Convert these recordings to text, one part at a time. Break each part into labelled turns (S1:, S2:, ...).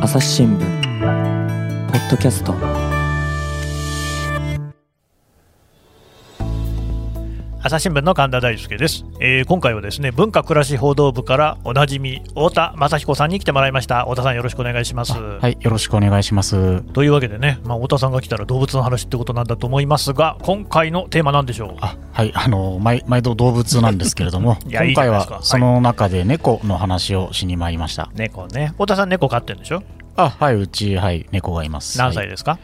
S1: 朝日新聞ポッドキャスト
S2: 朝日新聞の神田大輔です、えー今回はですね文化暮らし報道部からおなじみ太田雅彦さんに来てもらいました太田さんよろしくお願いします、
S3: はい、よろしくお願いします。
S2: というわけでね、まあ、太田さんが来たら動物の話ってことなんだと思いますが今回のテーマなんでしょう、
S3: あ、はい、あの、毎毎度動物なんですけれども
S2: いやいい
S3: 今
S2: じゃない
S3: 回
S2: ですか
S3: はその中で猫の話をしに参りました。
S2: 猫ね太田さん猫飼ってるんでしょ
S3: あ、はい、うち、はい、猫がいます。
S2: 何歳
S3: はい
S2: ですか、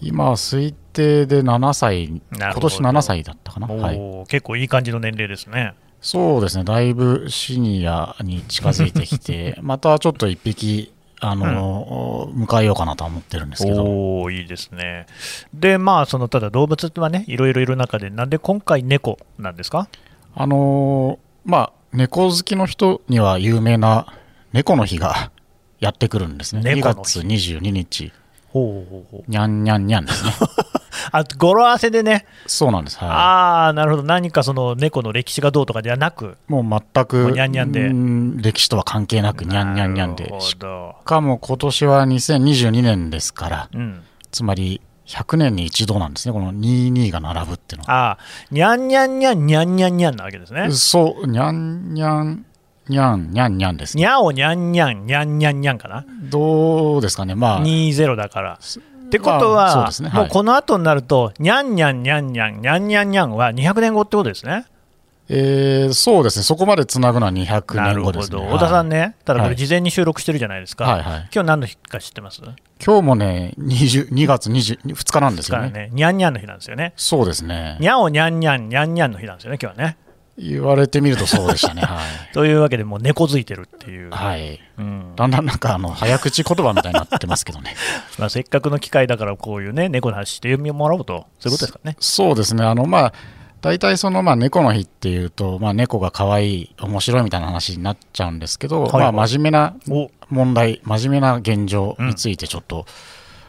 S3: 今、推定で7歳、
S2: なるほ
S3: 今
S2: ど
S3: 年7歳だったかな。
S2: お
S3: はい。
S2: ー結構いい感じの年齢ですね
S3: そうですね、だいぶシニアに近づいてき て、またちょっと一匹、あの、迎えようかなとは思ってるんですけど。
S2: おおいいですねでまあそのただ動物はねいろいろいる中でなんで今回猫なんですか
S3: あのーまあ、猫好きの人には有名な猫の日が やってくるんですね。2
S2: 猫の日
S3: 月22日、
S2: ほうほうほう
S3: にゃんにゃんにゃんで すね。
S2: あ語呂合わせでね
S3: そうなんです。は
S2: ああ、なるほど、何かその猫の歴史がどうとかではなく、
S3: い。もう全
S2: もう
S3: く、
S2: にゃんにゃんで
S3: うん歴史とは関係なく、にゃんにゃんにゃん
S2: な
S3: で
S2: る。
S3: し
S2: ほど
S3: かも今年は2022年ですから、
S2: うん、
S3: つまり100年に一度なんですね。この22が並ぶっていうの
S2: あ
S3: は。
S2: あ、にゃんにゃんにゃんにゃんにゃんにゃんなわけですね。
S3: そう、にゃんにゃん、にゃんにゃんにゃんですね。
S2: にゃおにゃんにゃんにゃんにゃんにゃんかな、
S3: どうですかね。まあ、
S2: 20だから。ってこと
S3: まあそう
S2: は、
S3: ですねはい
S2: もうこの後になると、にゃんにゃんにゃんにゃんにゃんにゃんにゃんは200年後ってことですね。
S3: えーそうですね、そこまでつなぐのは200
S2: な
S3: 年
S2: る
S3: 後
S2: ほ
S3: で
S2: ど、
S3: すね。
S2: 小田さん
S3: ね。
S2: ね、ただこ
S3: は
S2: れ、
S3: い
S2: 事前に収録してるじゃないですか。
S3: はいはい。
S2: 今日何の日か知ってますだ
S3: 今日もね、20 2月22 2日なんです
S2: か
S3: よ
S2: ら
S3: ね。
S2: ね、にゃんにゃんの日なんですよね。
S3: そうですね。
S2: にゃおにゃんにゃんにゃんにゃんの日なんですよね、今日はね。
S3: 言われてみるとそうでしたね。はい。
S2: というわけで、もう猫づいてるっていう、
S3: はい。
S2: うん
S3: だんだんなんか、あの、早口言葉みたいになってますけどね。
S2: まあ、せっかくの機会だから、こういうね、猫の話してもらおうと、そういうことですかね。
S3: そうですね。あの、まあ、大体その、まあ、猫の日っていうと、まあ、猫が可愛い、面白いみたいな話になっちゃうんですけど、
S2: はいはい
S3: まあ、真面目な
S2: お
S3: 問題、真面目な現状についてちょっと、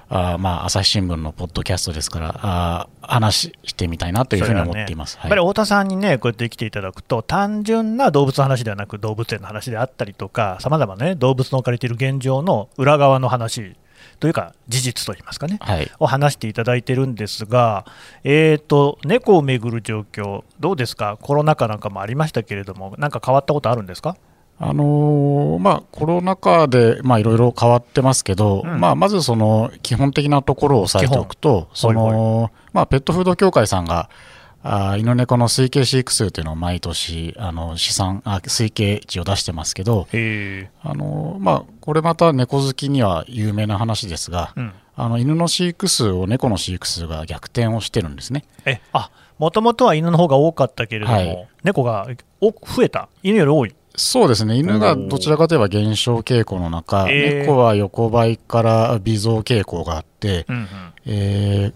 S3: あーまあ、朝日新聞のポッドキャストですから、あー話してみたいなというふうに思っています。
S2: それはねやっぱり
S3: はい、
S2: 太田さんにね、こうやって来ていただくと、単純な動物の話ではなく、動物園の話であったりとか、さまざまね、動物の置かれている現状の裏側の話というか、事実といいますかね、
S3: はい。
S2: を話していただいてるんですが、えー、と猫をめぐる状況、どうですか、コロナ禍なんかもありましたけれども、なんか変わったことあるんですか、
S3: あのーまあ、コロナ禍で、まあ、いろいろ変わってますけど、
S2: うん
S3: まあ、まずその基本的なところを押さえておくと、その、
S2: はい
S3: まあ、ペットフード協会さんが、あー犬猫の推計飼育数というのを毎年、あの、試算、あ推計値を出してますけど、
S2: へ
S3: あのーまあ、これまた猫好きには有名な話ですが、
S2: うん、
S3: あの、犬の飼育数を猫の飼育数が逆転をしてるんですね。
S2: えあもともとは犬の方が多かったけれども、
S3: はい
S2: 猫がお増えた、犬より多い、
S3: そうですね犬
S2: お
S3: が
S2: ー
S3: どちらかといえば減少傾向の中、
S2: えー
S3: 猫は横ばいから微増傾向があって、えー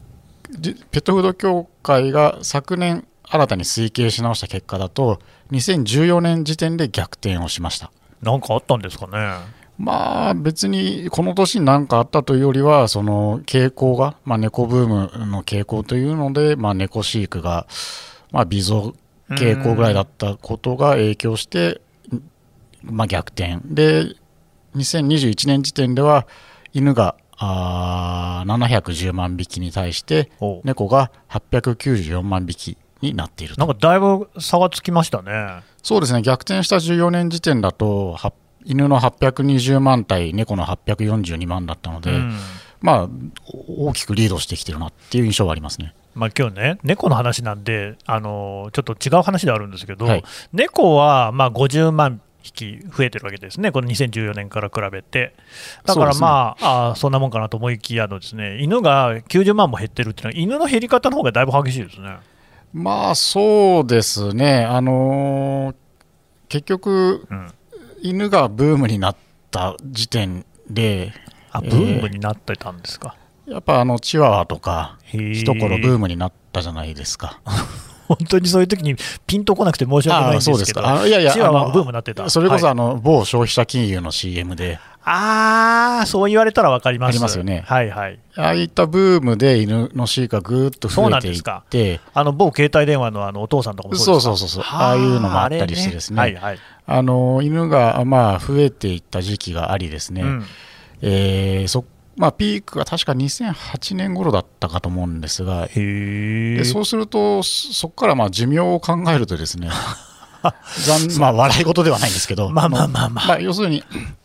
S3: じペットフード協会が昨年新たに推計し直した結果だと2014年時点で逆転をしました
S2: なんかあったんですかね。
S3: まあ別にこの年に何かあったというよりはその傾向が、まあ、猫ブームの傾向というので、まあ、猫飼育が、まあ、微増傾向ぐらいだったことが影響して、まあ、逆転で2021年時点では犬があー710万匹に対して
S2: お
S3: 猫が894万匹になっていると
S2: なんかだいぶ差がつきましたね。
S3: そうですね逆転した14年時点だとは犬の820万対猫の842万だったので、
S2: うん
S3: まあお大きくリードしてきてるなっていう印象はありますね
S2: まあ、今日ね、猫の話なんで、あのちょっと違う話ではあるんですけど、
S3: はい
S2: 猫はまあ50万匹増えてるわけですね、この2014年から比べて。だから
S3: そうですね
S2: まあ、あーそんなもんかなと思いきやのです、ね、犬が90万も減ってるっていうのは、犬の減り方の方がだいぶ激しいですね。
S3: まあそうですねあのー結局
S2: うん
S3: 犬がブームになった時点で
S2: あブ
S3: えー
S2: ームになってたんですか。
S3: やっぱあのチワワとか一頃ブー
S2: ム
S3: ムになったじゃないですか
S2: 本当にそういう時にピンとこなくて申し訳ないんですけど、
S3: あいやいや
S2: チワワ
S3: あの
S2: ブームになってた
S3: それこそ
S2: はい
S3: あの、某消費者金融の CM で
S2: あー、そう言われたら分かります。
S3: ありますよね
S2: はいはい。
S3: ああいったブームで犬の飼育がぐーっと
S2: そう
S3: 増
S2: な
S3: え
S2: ん
S3: て
S2: で
S3: いっ
S2: すか
S3: て
S2: あの某携帯電話のあのお父さんとかもそう
S3: そ
S2: で
S3: う
S2: す
S3: そ
S2: か
S3: うそうそう
S2: は
S3: ああいうのもあったりしてですねあ
S2: あれはいはい。
S3: の犬がまあ増えていった時期がありですね、
S2: うん
S3: えーそまあ、ピークが確か2008年頃だったかと思うんですが、
S2: へえ
S3: でそうすると、そそこからまあ寿命を考えると ですね、残まあ、笑い事ではないんですけど、
S2: まあまあまあまあ、
S3: まあ、要するに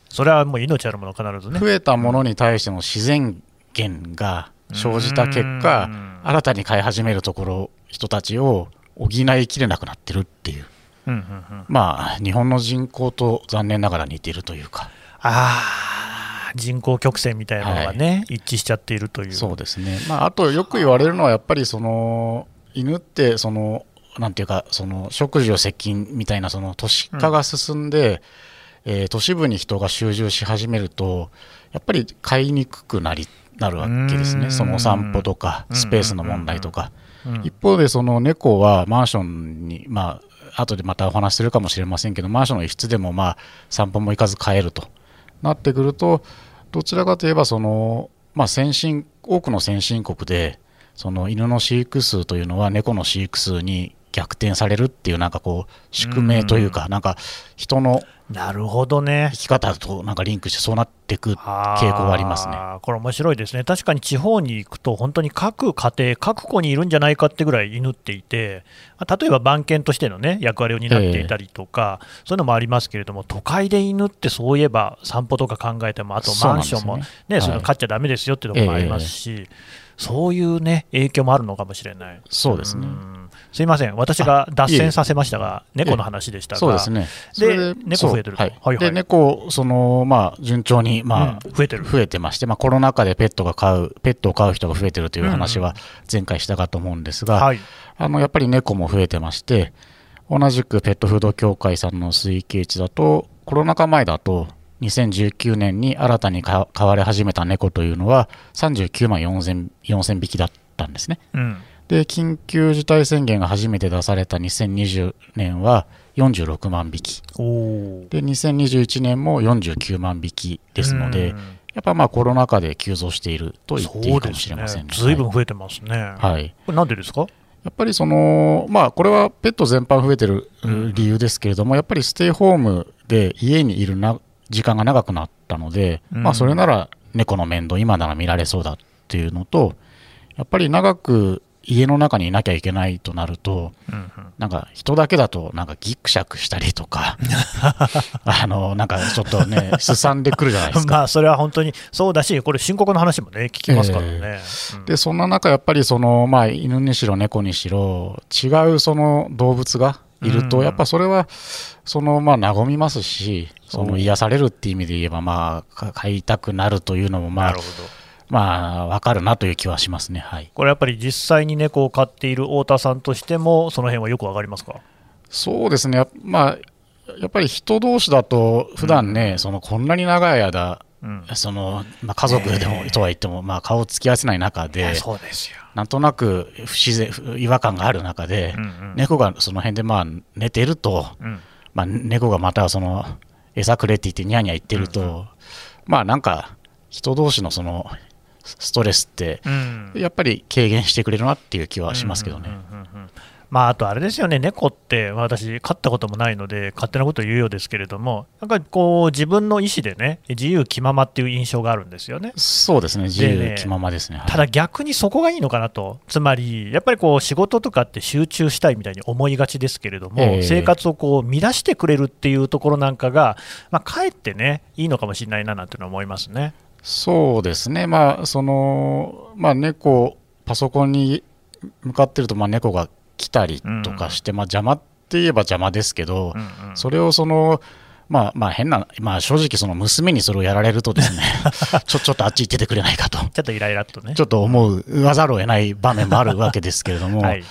S2: それはもう命あるもの必ずね
S3: 増えたものに対しての自然源が生じた結
S2: う
S3: 果
S2: ん、
S3: 新たに飼い始めるところ、人たちを補いきれなくなってるっていう、
S2: うんうんうん
S3: まあ、日本の人口と残念ながら似てるというか、
S2: あー人口曲線みたいなのがね、一致しちゃっているという
S3: そうですね、まあ、あとよく言われるのは、やっぱりその犬ってその、なんていうか、その食事を接近みたいなその都市化が進んで、えー都市部に人が集中し始めると、やっぱり飼いにくくなりなるわけです
S2: うー
S3: ね、
S2: ん
S3: そのお散歩とか、
S2: うん
S3: スペースの問題とか。
S2: うん
S3: 一方で、その猫はマンションに、まあ後でまたお話しするかもしれませんけど、マンションの一室でも、まあ、散歩も行かず帰るとなってくると、どちらかといえばその、まあ、先進多くの先進国で、その犬の飼育数というのは猫の飼育数に逆転されるっていう、なんかこう、宿命というか、なんか人の
S2: なるほどね
S3: 生き方となんかリンクして、そうなっていく
S2: あー
S3: 傾向がありますね。
S2: これ面白いですね、確かに地方に行くと、本当に各家庭、各子にいるんじゃないかってぐらい犬っていて、まあ例えば番犬としての、ね、役割を担っていたりとか、そういうのもありますけれども、都会で犬ってそういえば散歩とか考えても、あと
S3: そう
S2: マン
S3: なんです
S2: シ
S3: よ
S2: ョンも、
S3: ね
S2: ね
S3: はい
S2: そういうの買っちゃだめですよっていうのもありますし、そういう、ね、影響もあるのかもしれない。
S3: そうですね
S2: んすいません、私が脱線させましたが、猫の話でしたが、
S3: そうですね。
S2: で
S3: それ
S2: 猫
S3: そう
S2: 増えてると
S3: はい
S2: はいはい
S3: で、猫、その、まあ、順調に、まあ、
S2: うん増えてる
S3: 増えてまして、まあ、コロナ禍でペットが飼う、ペットを飼う人が増えてるという話は前回したかと思うんですが、
S2: はい、
S3: あの、やっぱり猫も増えてまして、同じくペットフード協会さんの推計値だと、コロナ禍前だと、2019年に新たに飼飼われ始めた猫というのは39万4000 4000匹だったんですね。
S2: うん
S3: で、緊急事態宣言が初めて出された2020年は46万匹。
S2: おー
S3: で、2021年も49万匹ですので、
S2: うん
S3: やっぱまあコロナ禍で急増していると言っていいかもしれませんね。
S2: そうですね。ずいぶん増えてますね。
S3: はい。はい
S2: これなんでですか？
S3: やっぱりその、まあこれはペット全般増えてる
S2: うん
S3: 理由ですけれども、やっぱりステイホームで家にいるな時間が長くなったので、
S2: うん
S3: まあそれなら猫の面倒、今なら見られそうだっていうのと、やっぱり長く家の中にいなきゃいけないとなると、なんか人だけだとなんかギクシャクしたりと か、あの、なんかちょっとね、すさんでくるじゃないですか。
S2: まあそれは本当にそうだし、これ深刻な話もね聞きますからね。うん
S3: で、そんな中、やっぱりその、まあ、犬にしろ猫にしろ、違うその動物がいる
S2: う
S3: と、
S2: ん
S3: やっぱそれは、その、まあ、和みますし、
S2: そ
S3: その
S2: う
S3: 癒されるっていう意味で言えば、まあ、か飼いたくなるというのも、ま
S2: な
S3: あ
S2: る、ほど。
S3: まあ、わかるなという気はしますね。はい。
S2: これやっぱり実際に猫を飼っている太田さんとしてもその辺はよくわかりますか？
S3: そうですね。やっまあ、やっぱり人同士だと、普段ね、その、こんなに長い間、
S2: うん。
S3: その、まあ、家族でも、とは言っても、まあ、顔つき合わせない中
S2: いや
S3: で、
S2: そうですよ。
S3: なんとなく不自然、不違和感がある中で、
S2: うんうん
S3: 猫がその辺でまあ寝てると、
S2: うん
S3: まあ、猫がまたその餌くれって言ってニャーニャー言ってると、まあなんか人同士のそのストレスって
S2: うん
S3: やっぱり軽減してくれるなっていう気はしますけどね。
S2: うんうんうんうんまあ、あとあれですよね、猫って、まあ私、飼ったこともないので、勝手なこと言うようですけれども、なんかこう、自分の意思でね、自由気ままっていう印象があるんですよね。
S3: そうですね自由
S2: ね
S3: 気ままですね。はい
S2: ただ逆にそこがいいのかなと、つまりやっぱりこう仕事とかって集中したいみたいに思いがちですけれども、
S3: ええ
S2: 生活をこう乱してくれるっていうところなんかが、まあ、かえってね、いいのかもしれないななんていうのは思いますね。
S3: そうですね、まあ、その、まあ、猫、パソコンに向かってると、まあ、猫が来たりとかして、まあ、邪魔って言えば邪魔ですけど、
S2: うんうん
S3: それをその、まあ、まあ、変な、まあ、正直、その娘にそれをやられるとで すね、ちょ、ちょっとあっち行っててくれないかと、
S2: ちょっとイライラっとね。
S3: ちょっと思う、言わざるを得ない場面もあるわけですけれども、
S2: はい、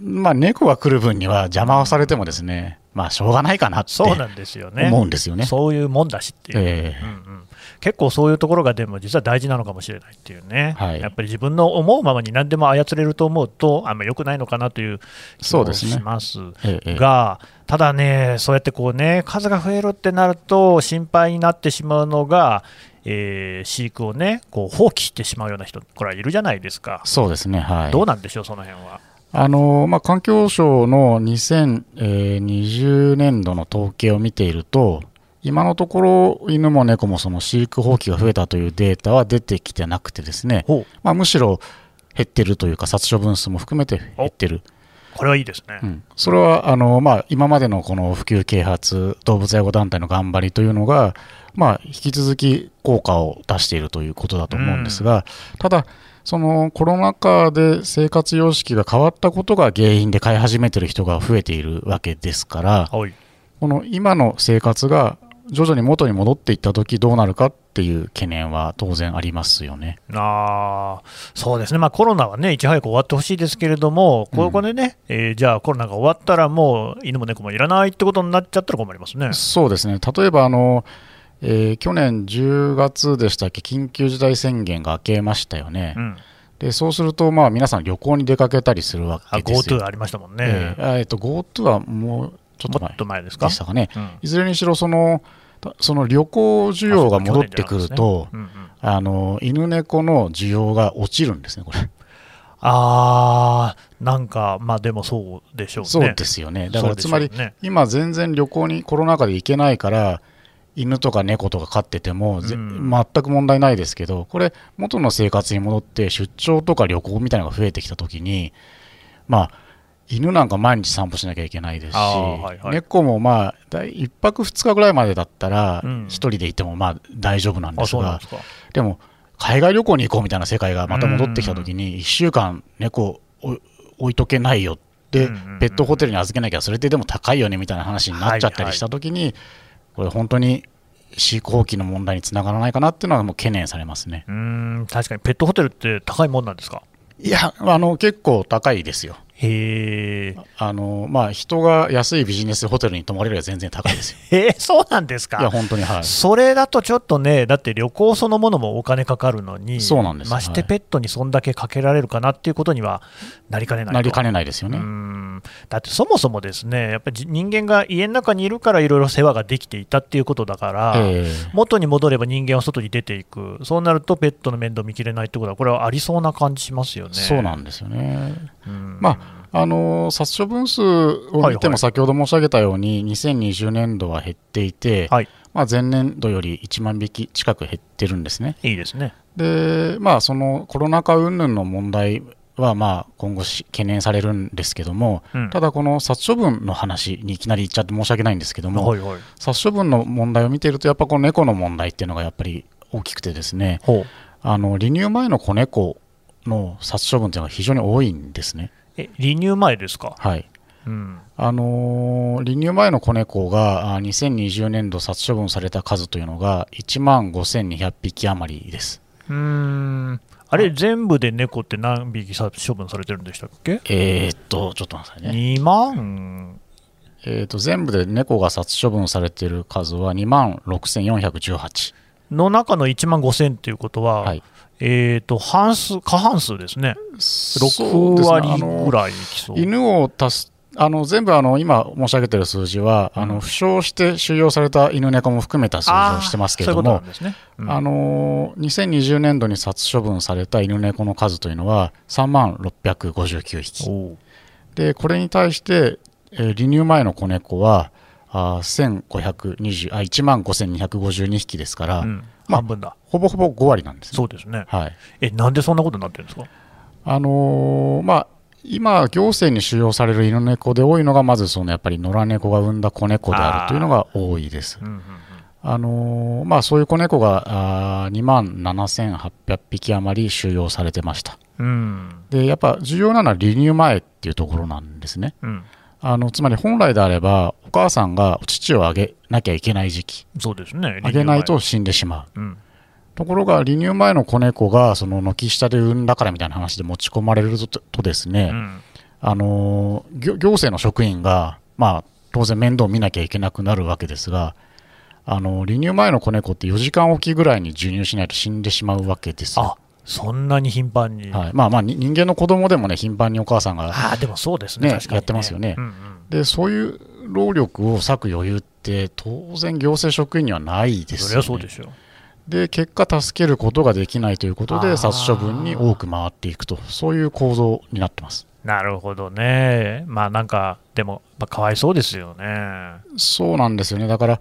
S3: まあ、猫が来る分には邪魔をされてもですね、まあ、しょうがないかなって
S2: そうなんですよね。
S3: 思うんですよね。
S2: そういうもんだしっていう、
S3: ええ
S2: うんうん、結構そういうところがでも実は大事なのかもしれないっていうね、
S3: はい
S2: やっぱり自分の思うままに何でも操れると思うと、あんま良くないのかなという気
S3: そう
S2: も
S3: ですね
S2: します
S3: ええええ
S2: が、ただね、そうやってこうね、数が増えるってなると、心配になってしまうのが、えー飼育をね、こう放棄してしまうような人、これはいるじゃないですか、
S3: そうですね、はい。
S2: どうなんでしょう、その辺は。
S3: あのまあ、環境省の2020年度の統計を見ていると、今のところ犬も猫もその飼育放棄が増えたというデータは出てきてなくてですね、
S2: ほう
S3: まあ、むしろ減ってるというか殺処分数も含めて減ってる、
S2: これはいいですね。
S3: うん、それはあの、まあ、今までのこの普及啓発動物愛護団体の頑張りというのが、まあ、引き続き効果を出しているということだと思うんですが、ただそのコロナ禍で生活様式が変わったことが原因で飼い始めてる人が増えているわけですから、
S2: はい。
S3: この今の生活が徐々に元に戻っていった時どうなるかっていう懸念は当然ありますよね。
S2: あーそうですね、まあ、コロナはね、いち早く終わってほしいですけれども、ここでね、えーじゃあコロナが終わったら、もう犬も猫もいらないってことになっちゃったら困りますね。
S3: そうですね例えばあの、えー去年10月でしたっけ緊急事態宣言が明けましたよね。
S2: うん、
S3: でそうするとまあ皆さん旅行に出かけたりするわ
S2: あ
S3: けですよ。
S2: GoTo ありましたもん
S3: え
S2: ね、
S3: ーあえっと GoTo はもうちょっと
S2: も
S3: 前
S2: っと前ですか
S3: でし。たかね。
S2: うん
S3: いずれにしろそのたその旅行需要が戻ってくると
S2: あ、そうか去年じゃなかったですねうんうん
S3: あの犬猫の需要が落ちるんですねこれ。
S2: あー、なんか、まあでもそうでしょうね。
S3: そうですよね。だか
S2: そ
S3: ら
S2: うでし
S3: つ
S2: ょう
S3: まり、
S2: ね
S3: 今全然旅行にコロナ禍で行けないから、犬とか猫とか飼ってても、ぜ
S2: うん
S3: 全く問題ないですけど、これ、元の生活に戻って、出張とか旅行みたいなのが増えてきたときに、まあ、犬なんか毎日散歩しなきゃいけないですし、
S2: あーはいはい
S3: 猫もまあ、だい1泊2日ぐらいまでだったら、
S2: うん
S3: 1人でいてもまあ大丈夫なんで
S2: あ
S3: す
S2: そうなん
S3: が
S2: で、すか。
S3: でも海外旅行に行こうみたいな世界がまた戻ってきたときに、1週間猫お置いとけないよって、
S2: うんうんうん
S3: ペットホテルに預けなきゃ、それってでも高いよねみたいな話になっちゃったりしたときに、これ、本当に飼育放棄の問題につながらないかなっていうのはもう懸念されますね。
S2: うーん、確かにペットホテルって高いもんなんですか。
S3: いや、あの結構高いですよ。
S2: へえ、
S3: あのまあ、人が安いビジネスホテルに泊まれるよりは全然高い ですよ。
S2: へーそうなんですか。
S3: いや、本当にはい。
S2: それだとちょっとね、だって旅行そのものもお金かかるのに、
S3: そうなんです
S2: まして
S3: はい
S2: ペットにそんだけかけられるかなっていうことにはなりかねないと
S3: なりかねないですよね。
S2: うんだってそもそもですね、やっぱり人間が家の中にいるからいろいろ世話ができていたっていうことだから、
S3: ええ
S2: 元に戻れば人間は外に出ていく、そうなるとペットの面倒見きれないってことは、これはありそうな感じしますよね。
S3: そうなんですよね。
S2: うん
S3: まあ、あの殺処分数を見
S2: は
S3: て
S2: いは
S3: も
S2: い
S3: 先ほど申し上げたように、2020年度は減っていて、
S2: はい、
S3: まあ、前年度より1万匹近く減ってるんですね。
S2: いいですね。
S3: で、まあ、そのコロナ禍云々の問題は、まあ、今後し懸念されるんですけども、
S2: うん
S3: ただ、この殺処分の話にいきなり言っちゃって申し訳ないんですけども、
S2: はいはい。
S3: 殺処分の問題を見ていると、やっぱこの猫の問題っていうのがやっぱり大きくてですね、
S2: ほう
S3: あの離乳前の子猫の殺処分っていうのが非常に多いんですね。
S2: え離乳前ですか。
S3: はい
S2: うん、
S3: あのー離乳前の子猫があー2020年度殺処分された数というのが1万5200匹余りです。
S2: うーんあれ、全部で猫って何匹さ処分されてるんでしたっけ
S3: えーっと、ちょっと待ってくださいね。
S2: ?2 万
S3: えーっと、全部で猫が殺処分されている数は2万6418。
S2: の中の1万5000っていうことは、
S3: はい。
S2: えっ、と、半数、過半数ですね。
S3: そうで
S2: 6
S3: すね
S2: 割
S3: あの
S2: ぐらいいきそう。
S3: 犬を足す、あの、全部あの、今申し上げてる数字は、あの、負傷して収容された犬猫も含めた数字
S2: あー
S3: をしてますけれ
S2: そういう
S3: ど
S2: ことな
S3: も
S2: ん、ですね。うん
S3: あのー2020年度に殺処分された犬猫の数というのは3万659匹
S2: おう
S3: でこれに対して、えー離乳前の子猫はあー1520あ1万5252匹ですから、
S2: うん
S3: まあ
S2: 半分だ。
S3: ほぼほぼ5割なんですね。
S2: そうですね。
S3: はい
S2: え、なんでそんなことになってるんですか
S3: あのーまあ、今、行政に収容される犬猫で多いのがまずそのやっぱり野良猫が産んだ子猫であるというのが多いです。
S2: うんうんうん
S3: あのーまあ、そういう子猫があ2万7800匹余り収容されてました。
S2: うん。
S3: でやっぱ重要なのは離乳前っていうところなんですね
S2: うん。
S3: あのつまり本来であればお母さんがお乳をあげなきゃいけない時期
S2: そうですね。
S3: あげないと死んでしまう
S2: 離乳前。うん。
S3: ところが離乳前の子猫がその軒下で産んだからみたいな話で持ち込まれるととですね、
S2: うん
S3: あのー行行政の職員が、まあ、当然面倒を見なきゃいけなくなるわけですがあの離乳前の子猫って4時間おきぐらいに授乳しないと死んでしまうわけですよ
S2: あ、そんなに頻繁に。
S3: はいまあまあ、に人間の子供でもね頻繁にお母さんが
S2: ああ、でもそうですね。
S3: ね
S2: 確かに
S3: やってますよね
S2: うんうん
S3: でそういう労力を割く余裕って当然行政職員にはないですよ、ね、
S2: そりゃそうでしょう。
S3: で結果助けることができないということ
S2: あー
S3: で殺処分に多く回っていくとそういう構造になってます
S2: なるほどね。まあなんか、でも、まあ、かわいそうですよね。
S3: そうなんですよね。だから、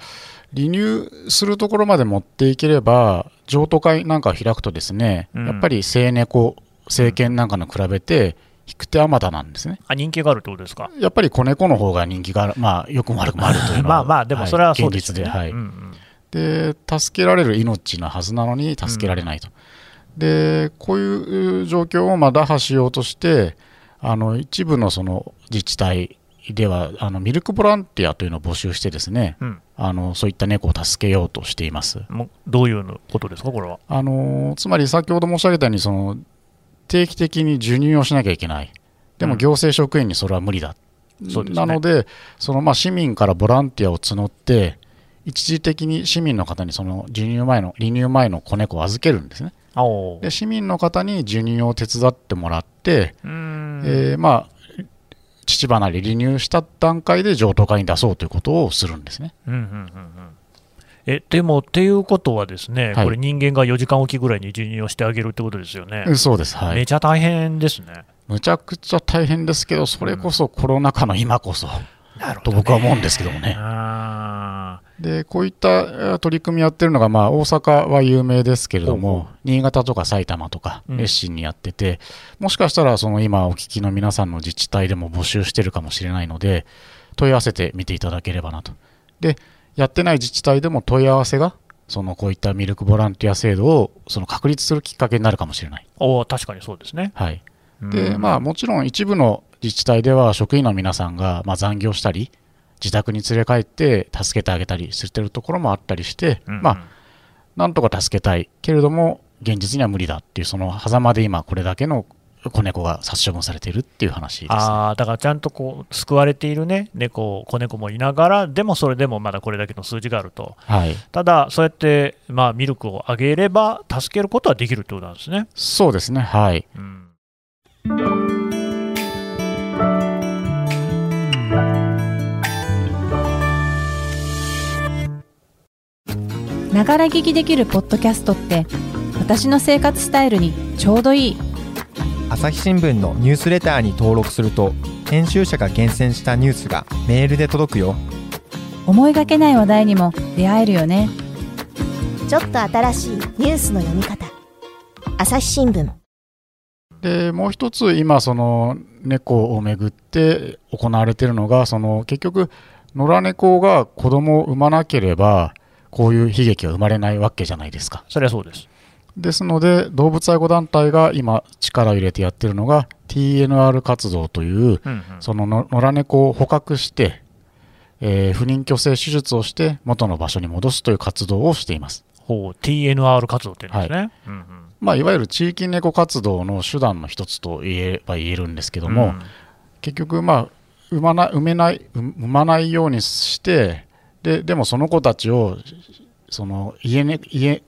S3: 離乳するところまで持っていければ、譲渡会なんかを開くとですね、
S2: うん
S3: やっぱり成猫、成犬なんかの比べて、引く手あまたなんですね。
S2: あ、人気があるってことですか。
S3: やっぱり子猫の方が人気が、まあ、良くも悪くもあるというの
S2: まあ
S3: は
S2: まあ、でもそれはいそうですよね。
S3: 現実で、はい
S2: うんうん
S3: で助けられる命のはずなのに助けられないと、でこういう状況をまあ打破しようとしてあの一部のその自治体ではあのミルクボランティアというのを募集してですね
S2: うん
S3: あのそういった猫を助けようとしています
S2: もうどういうのことですか、これは。
S3: あのつまり先ほど申し上げたようにその定期的に授乳をしなきゃいけないで
S2: う
S3: も
S2: ん
S3: 行政職員にそれは無理だ、
S2: そうですね
S3: なのでそのまあ市民からボランティアを募って一時的に市民の方にその授乳前の離乳前の子猫を預けるんですね
S2: あおう
S3: で市民の方に授乳を手伝ってもらって、
S2: うーん
S3: えーまあ乳離れ離乳した段階で譲渡会に出そうということをするんですね
S2: うんうんうんうんえでも、っていうことはですね、
S3: はい
S2: これ、人間が4時間おきぐらいに授乳をしてあげるってことですよね。
S3: そうですはい
S2: めちゃ大変ですね。
S3: むちゃくちゃ大変ですけど、それこそコロナ禍の今こそ、と僕は思うんですけどもね。
S2: あ
S3: で、こういったえー取り組みやってるのが、まあ、大阪は有名ですけれど
S2: ほうほ
S3: も、新潟とか埼玉とか、
S2: うん
S3: 熱心にやってて、もしかしたら、その今お聞きの皆さんの自治体でも募集してるかもしれないので、問い合わせてみていただければなと。で、やってない自治体でも問い合わせが、そのこういったミルクボランティア制度をその確立するきっかけになるかもしれない。
S2: ーおー確かにそうですね。
S3: はい。
S2: う
S3: で、
S2: ん
S3: まあ、もちろん一部の自治体では職員の皆さんが、まあ、残業したり自宅に連れ帰って助けてあげたりしてるところもあったりして、
S2: うんうん
S3: まあ、なんとか助けたいけれども現実には無理だっていうその狭間で今これだけの子猫が殺処分されているっていう話です、ね、
S2: あーだからちゃんとこう救われているね猫、子猫もいながら、でもそれでもまだこれだけの数字があると、
S3: はい
S2: ただ、そうやって、まあ、ミルクをあげれば、助けることはできるってことなんですね。
S3: そうですねはい
S2: うん、
S4: ながら聞きできるポッドキャストって私の生活スタイルにちょうどいい
S5: 朝日新聞のニュースレターに登録すると編集者が厳選したニュースがメールで届くよ
S4: 思いがけない話題にも出会えるよね
S6: ちょっと新しいニュースの読み方朝日新聞
S3: でもう一つ今その猫をめぐって行われているのがその結局野良猫が子供を産まなければこういう悲劇は生まれないわけじゃないですか
S2: それはそうです。
S3: ですので動物愛護団体が今力を入れてやってるのが TNR 活動という
S2: うんうん
S3: そのの野良猫を捕獲して、えー不妊去勢手術をして元の場所に戻すという活動をしています、
S2: ほう TNR 活動っていうんですね。うんうん
S3: まあ、いわゆる地域猫活動の手段の一つと言えば言えるんですけども、
S2: うん
S3: 結局まあ産まな産めない産産まないようにしてででもその子たちをその家,、ね、家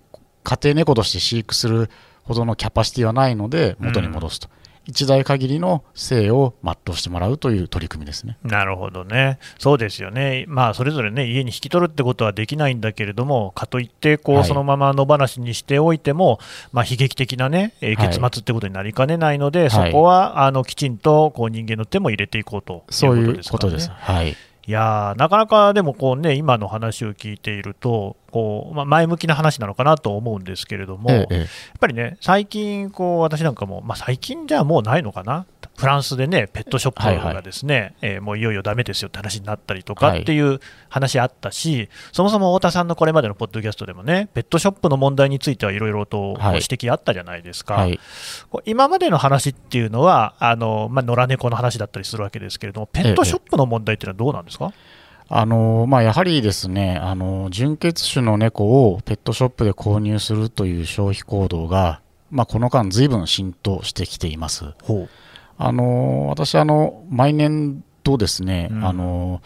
S3: 家庭猫として飼育するほどのキャパシティはないので元に戻すと、一代限りの生を全うしてもらうという取り組みですね。
S2: なるほどね、そうですよね、まあ、それぞれね、家に引き取るってことはできないんだけれども、かといってこう、
S3: はい
S2: そのまま野放しにしておいても、まあ、悲劇的なね、えー
S3: はい
S2: 結末ってことになりかねないので、
S3: はい
S2: そこはあのきちんとこう人間の手も入れていこうと
S3: そう
S2: い
S3: い
S2: こと
S3: うう
S2: ですか
S3: こ
S2: ら
S3: と
S2: ね
S3: です。はい。
S2: いやーなかなかでもこう、ね、今の話を聞いていると、こうまあ、前向きな話なのかなと思うんですけれども、
S3: ええええ
S2: やっぱりね、最近こう、私なんかも、まあ、最近じゃもうないのかな、フランスでね、ペットショ
S3: はい
S2: ップ
S3: は
S2: が
S3: い
S2: ですね、えーもういよいよダメですよって話になったりとか
S3: はい
S2: っていう話あったし、そもそも太田さんのこれまでのポッドキャストでもね、ペットショップの問題についてはいろいろとご
S3: はい
S2: 指摘あったじゃないですか。
S3: はい。
S2: こう今までの話っていうのは、あのまあ、野良猫の話だったりするわけですけれども、ペットショップの問題っていうのはどうなんですか、
S3: あのまあ、やはりですね、あの純血種の猫をペットショップで購入するという消費行動が、まあ、この間、ずいぶん浸透してきています。あの私あの、毎年度ですね、
S2: うん
S3: あの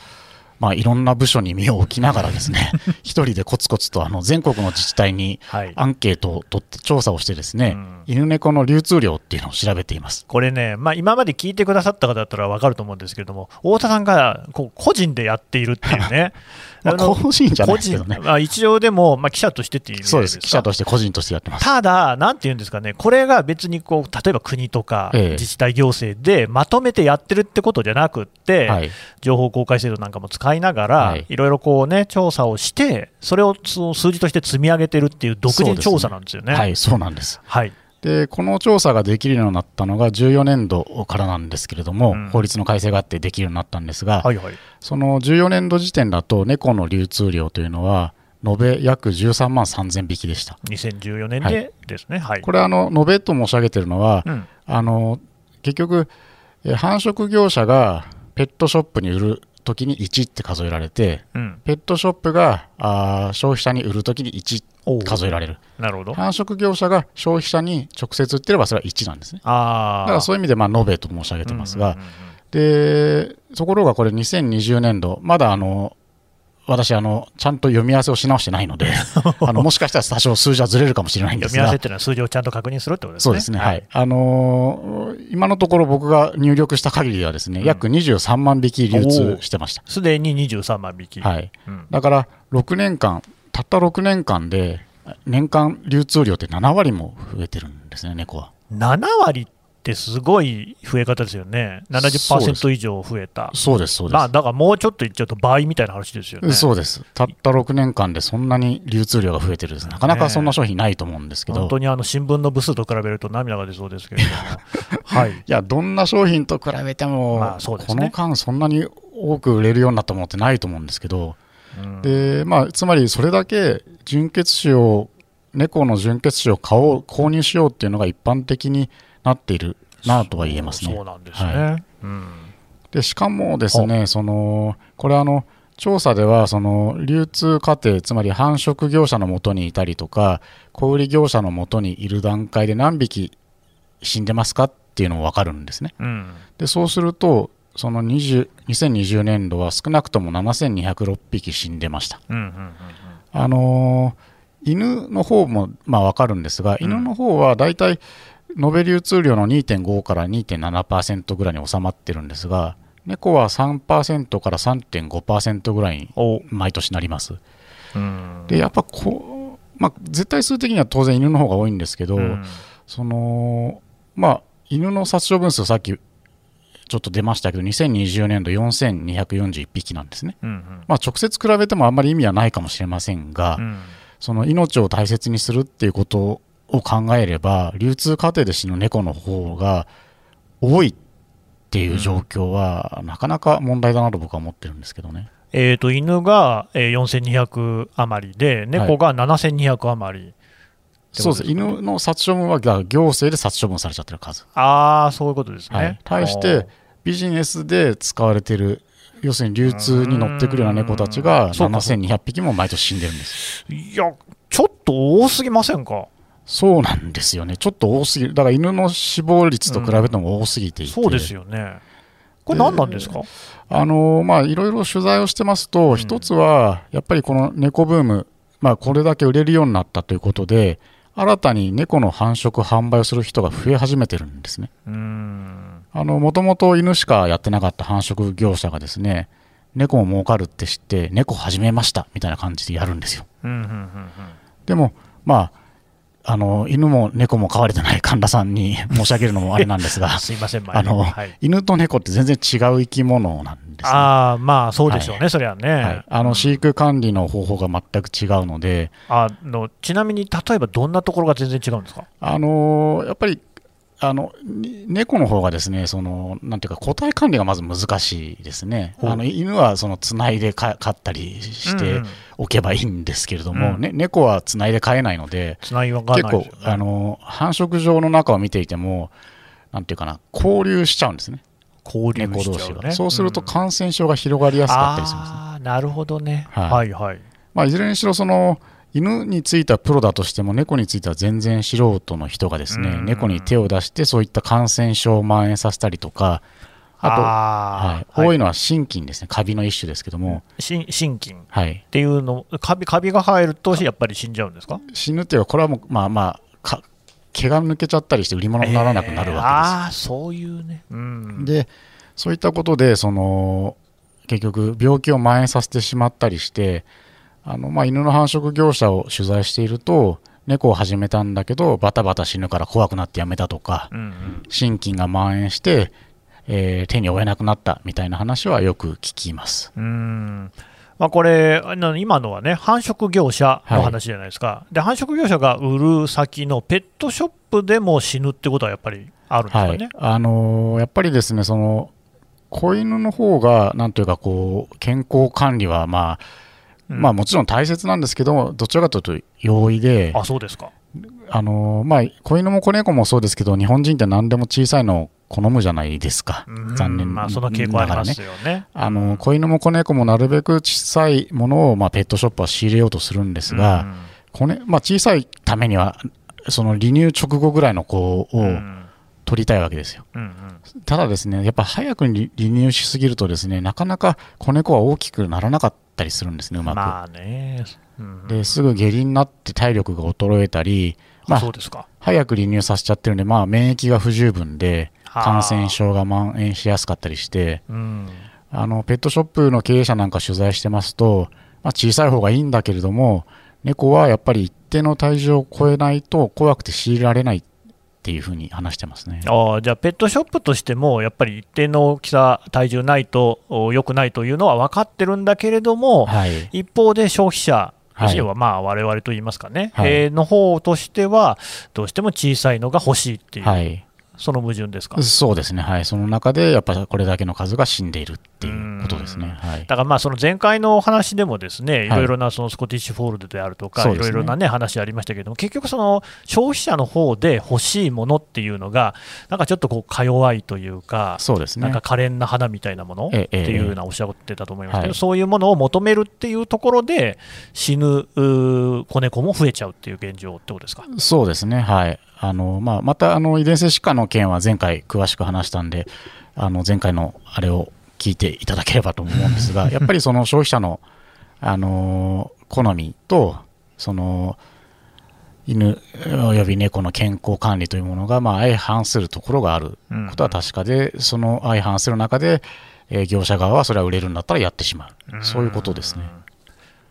S3: まあ、いろんな部署に身を置きながらで すね一人でコツコツとあの全国の自治体に
S2: はい
S3: アンケートを取って調査をしてですね、
S2: うん
S3: 犬猫の流通量っていうのを調べています。
S2: これね、まあ、今まで聞いてくださった方だったら分かると思うんですけれども、太田さんがこう個人でやっているっていうね、
S3: まあ、
S2: あの
S3: 個人じゃない
S2: 個
S3: ですけ
S2: 人
S3: どね、
S2: まあ、一応でも、まあ、記者としてっていう意味
S3: そうです、記者と
S2: して。
S3: して個人としてやってます。
S2: ただ、なんていうんですかね、これが別にこう例えば国とか
S3: ええ
S2: 自治体行政でまとめてやってるってことじゃなくって、
S3: はい、
S2: 情報公開制度なんかも使いながら、
S3: はい
S2: い、ろいろこう、ね、調査をして、それをその数字として積み上げてるっていう独
S3: そう
S2: 自
S3: ですね
S2: 調査なんですよね。
S3: はい、そうなんです。
S2: はい
S3: でこの調査ができるようになったのが14年度からなんですけれども、
S2: うん
S3: 法律の改正があってできるようになったんですが、
S2: はいはい
S3: その14年度時点だと猫の流通量というのは延べ約13万3000匹でした
S2: 2014年
S3: はい
S2: でですね、はい
S3: これあの延べと申し上げてるのは、
S2: うん
S3: あの結局えー繁殖業者がペットショップに売るときに1って数えられて
S2: うん、
S3: ペットショップがあー消費者に売るときに1数えられる
S2: なるほど。
S3: 繁殖業者が消費者に直接売ってればそれは1なんですね
S2: ああ。
S3: だからそういう意味でまあ延べと申し上げてます
S2: うん
S3: が、
S2: うんうんうん
S3: でところがこれ2020年度まだあの私あのちゃんと読み合わせをし直してな いのであのもしかしたら多少数字はずれるかもしれないん
S2: 読
S3: です
S2: み合わ
S3: が
S2: せっていうのは数字をちゃんと確認するってことですね。
S3: そうですね、はいあのー今のところ僕が入力した限りではですね、
S2: うん
S3: 約23万匹流通してました、
S2: すでに23万匹。
S3: はい、
S2: うん
S3: だから6年間たった6年間で年間流通量って7割も増えてるんですね猫は
S2: 7割ってすごい増え方ですよね。
S3: そうです
S2: 70%以上増えた。
S3: そうですそうです、
S2: まあ、だからもうちょっといっちゃうと倍みたいな話ですよね。
S3: そうですたった6年間でそんなに流通量が増えてるんですなかなかそんな商品ないと思うんですけど、
S2: 本当にあの新聞の部数と比べると涙が出そう ですけれども。はい。
S3: いや、どんな商品と比べても、
S2: まあそうです
S3: こ
S2: ね
S3: の間、そんなに多く売れるようになったものってないと思うんですけど、
S2: うん
S3: でまあ、つまりそれだけ純血種を、猫の純血種を買おう、購入しようっていうのが一般的になっているなとは言えますね。
S2: そうなんですね。
S3: は
S2: うん。
S3: でしかもですね、そのこれあの、調査ではその流通過程、つまり繁殖業者のもとにいたりとか、小売業者のもとにいる段階で何匹死んでますかっていうのも分かるんですね。
S2: うん。
S3: でそうするとその20 2020年度は少なくとも7206匹死んでました、
S2: うん。うんうん。
S3: あのー犬の方もまあ分かるんですが、
S2: うん
S3: 犬の方はだいたい延べ流通量の2.5から2.7%ぐらいに収まってるんですが猫は3%から3.5%ぐらいに
S2: お
S3: 毎年なります
S2: うん。
S3: でやっぱこう、まあ、絶対数的には当然犬の方が多いんですけど、
S2: うん
S3: そのまあ犬の殺処分数さっきちょっと出ましたけど2020年度4241匹なんですね、
S2: うんうん。
S3: まあ、直接比べてもあんまり意味はないかもしれませんが、
S2: うん
S3: その命を大切にするっていうことを考えれば流通過程で死ぬ猫の方が多いっていう状況は、なかなか問題だなと僕は思ってるんですけどね
S2: えー、と犬が、えー、4200余りで、猫が7200余り、
S3: そうです犬の殺処分は行政で殺処分されちゃってる数
S2: ああ、そういうことですね。
S3: はい、対してビジネスで使われてる要するに流通に乗ってくるような猫たち
S2: う
S3: が
S2: んそうかそう
S3: 7200匹も毎年死んでるんです
S2: あーいや、ちょっと多すぎませんか、
S3: そうなんですよねちょっと多すぎるだから犬の死亡率と比べても多すぎていて、
S2: そうですよね。これ、何なんですか、
S3: あのまあいろいろ取材をしてますと、
S2: ん
S3: 一つはやっぱりこの猫ブーム、まあ、これだけ売れるようになったということで新たに猫の繁殖販売をする人が増え始めてるんですね
S2: うーん、
S3: あの、もともと犬しかやってなかった繁殖業者がですね、猫も儲かるって知って、猫始めましたみたいな感じでやるんですよ。
S2: うん、うん、うんうん。
S3: でも、まあ、あの、犬も猫も飼われてない神田さんに申し上げるのもあれなんです が、
S2: すいません、前
S3: あの、
S2: はい、
S3: 犬と猫って全然違う生き物なんですね。
S2: ああ、まあ、そうでしょうね、
S3: は
S2: そりゃね、
S3: はい、あの飼育管理の方法が全く違うので、
S2: あの。ちなみに、例えばどんなところが全然違うんですか
S3: あのやっぱりあのに猫の方がですねそのなんていうか個体管理がまず難しいですね
S2: ほう
S3: あの犬はそのつないでか飼ったりし
S2: うんう
S3: て
S2: ん
S3: おけばいいんですけれども、
S2: うん
S3: ね、猫はつないで飼えないので
S2: つないわが
S3: 結
S2: ないで
S3: 構
S2: すよね、
S3: あの繁殖場の中を見ていてもなんていうかな交流しちゃうんですね
S2: 交流
S3: 猫
S2: し
S3: 同
S2: ちゃ
S3: 士
S2: う
S3: が、
S2: ね。
S3: そうすると
S2: ん
S3: 感染症が広がりやすかったりしますね、
S2: ああー、なるほどね。
S3: はい
S2: はいはい。
S3: まあ、いずれにしろその犬についてはプロだとしても猫については全然素人の人がですね
S2: うん
S3: 猫に手を出してそういった感染症を蔓延させたりとかあと、はい
S2: あー
S3: 多
S2: はい
S3: のは心筋ですね、カビの一種ですけども、
S2: 心心筋っ
S3: はい、
S2: ていうの、カビカビが入るとやっぱり死んじゃうんですか
S3: 死ぬっていうか、これはもう、まあまあ、か毛が抜けちゃったりして売り物にならなくなる
S2: えー
S3: わ
S2: ああ、そういうね。うん
S3: けです。で、そういったことで、その結局、病気を蔓延させてしまったりして、あのまあ、犬の繁殖業者を取材していると、猫を始めたんだけど、バタバタ死ぬから怖くなってやめたとか
S2: う、んうん
S3: 心筋が蔓延して、えー手に負えなくなったみたいな話はよく聞きます。
S2: うーんまあ、これ、あの今のはね、繁殖業者の話じゃないですか、で繁殖業者が売る先のペットショップでも死ぬってことはやっぱりあるんです
S3: は
S2: か
S3: い
S2: ね。
S3: あのーやっぱりですねその子犬の方がなんというかこう健康管理は、まあ
S2: うん
S3: まあ、もちろん大切なんですけどどちらかというと容易で
S2: あそうですか。
S3: あのー、まあ、子犬も子猫もそうですけど日本人って何でも小さいのを好むじゃないですか
S2: うん
S3: 残念
S2: ま
S3: な
S2: あ、
S3: が
S2: その傾向あり
S3: ら
S2: ま
S3: ね
S2: す。よね。
S3: あのー子犬も子猫もなるべく小さいものを、まあ、ペットショップは仕入れようとするんですが、子ねまあ、小さいためにはその離乳直後ぐらいの子を
S2: うん、
S3: 取りたいわけですよ。
S2: うんうん
S3: ただですね、やっぱ早くに離乳しすぎるとですね、なかなか子猫は大きくならなかったりするんですね、うまく。
S2: まあね、うん
S3: で、すぐ下痢になって体力が衰えたり、ま
S2: あ、そ
S3: あ
S2: う、ですか。
S3: 早く離乳させちゃってるんで、まあ、免疫が不十分で、
S2: はあ
S3: 感染症が蔓延しやすかったりして、
S2: うん
S3: あの、ペットショップの経営者なんか取材してますと、まあ、小さい方がいいんだけれども、猫はやっぱり一定の体重を超えないと怖くて強いられないっていうふうに話してますね。
S2: ああじゃあ、ペットショップとしても、やっぱり一定の大きさ、体重ないとお良くないというのは分かってるんだけれども、
S3: はい。
S2: 一方で消費者、
S3: はい
S2: 要はまあ我々と言いますかね、
S3: はい
S2: えーの方としては、どうしても小さいのが欲しいっていう、
S3: はい。
S2: その矛盾ですか。
S3: そうですね、はい、その中でやっぱこれだけの数が死んでいるっていうことです
S2: うん
S3: ね。はい、
S2: だからまあその前回のお話でも、ですね
S3: い
S2: いろいろなそのスコティッシュフォールドであるとか、
S3: そう
S2: い
S3: で
S2: ろ
S3: すね
S2: いろな、ね、話ありましたけれども、結局、その消費者の方で欲しいものっていうのが、なんかちょっとこうか弱いというか、
S3: そうです
S2: なん
S3: ね
S2: か。可憐な花みたいなものっ
S3: ええ
S2: てい
S3: え
S2: う
S3: え
S2: ようなおっしゃってたと思いますけど、
S3: はい
S2: そういうものを求めるっていうところで、死ぬうー子猫も増えちゃうっていう現状ってことですか。
S3: そうですね、はい。あのまあ、またあの遺伝性疾患の件は前回詳しく話したんで、あの前回のあれを聞いていただければと思うんです が、やっぱりその消費者の、あの好みと、その犬および猫の健康管理というものが、まあ、相反するところがあることは確かで、その相反する中で、えー業者側はそれは売れるんだったらやってしまう、そういうことですね。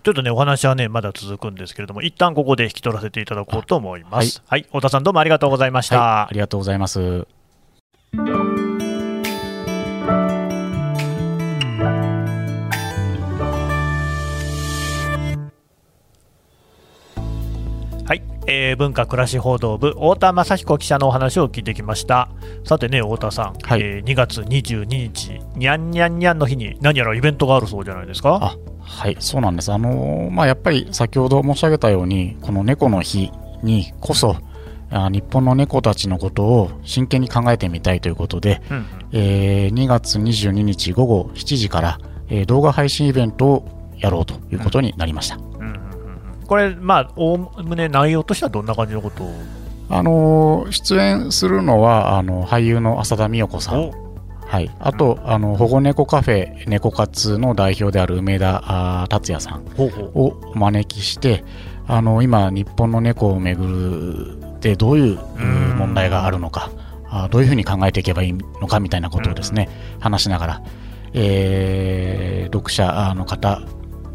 S2: ちょっとね、お話はね、まだ続くんですけれども、一旦ここで引き取らせていただこうと思います。はい、太田さん、どうもありがとうございました。
S3: はい、ありがとうございます。
S2: はい、えー文化暮らし報道部太田雅彦記者のお話を聞いてきましたさてね太田さん、
S3: はい
S2: えー2月22日にゃんにゃんにゃんの日に何やらイベントがあるそうじゃないですか
S3: あはい、そうなんです。あのーまあ、やっぱり先ほど申し上げたように、この猫の日にこそ、あ日本の猫たちのことを真剣に考えてみたいということで、
S2: うんうん
S3: えー2月22日午後7時から、えー動画配信イベントをやろうということになりました。
S2: うんうんうんうんこれまあおおむね内容としてはどんな感じのことを
S3: あのー出演するのはあの俳優の浅田美代子さん、はい、あとあの保護猫カフェ猫活の代表である梅田あー達也さん
S2: ほうほう
S3: をお招きしてあの今日本の猫をめぐるでどういう
S2: うん
S3: 問題があるのかあどういうふうに考えていけばいいのかみたいなことをですね話しながら、えー読者の方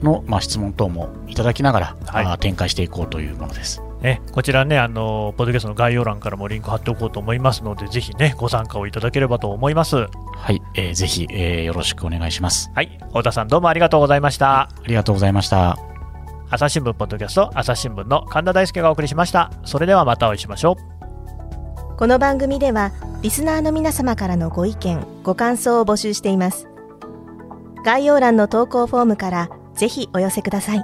S3: の、まあ、質問等もいただきながら、
S2: はい
S3: あ展開していこうというものです。
S2: ね、こちらねあのポッドキャストの概要欄からもリンク貼っておこうと思いますのでぜひねご参加をいただければと思いますは
S3: はい、えーぜひ、えーよろしくお願いします。
S2: い太田さんどうもありがとうございました
S3: ありがとうございました。
S2: 朝日新聞ポッドキャスト朝日新聞の神田大輔がお送りしましたそれではまたお会いしましょう
S6: この番組ではリスナーの皆様からのご意見ご感想を募集しています概要欄の投稿フォームからぜひお寄せください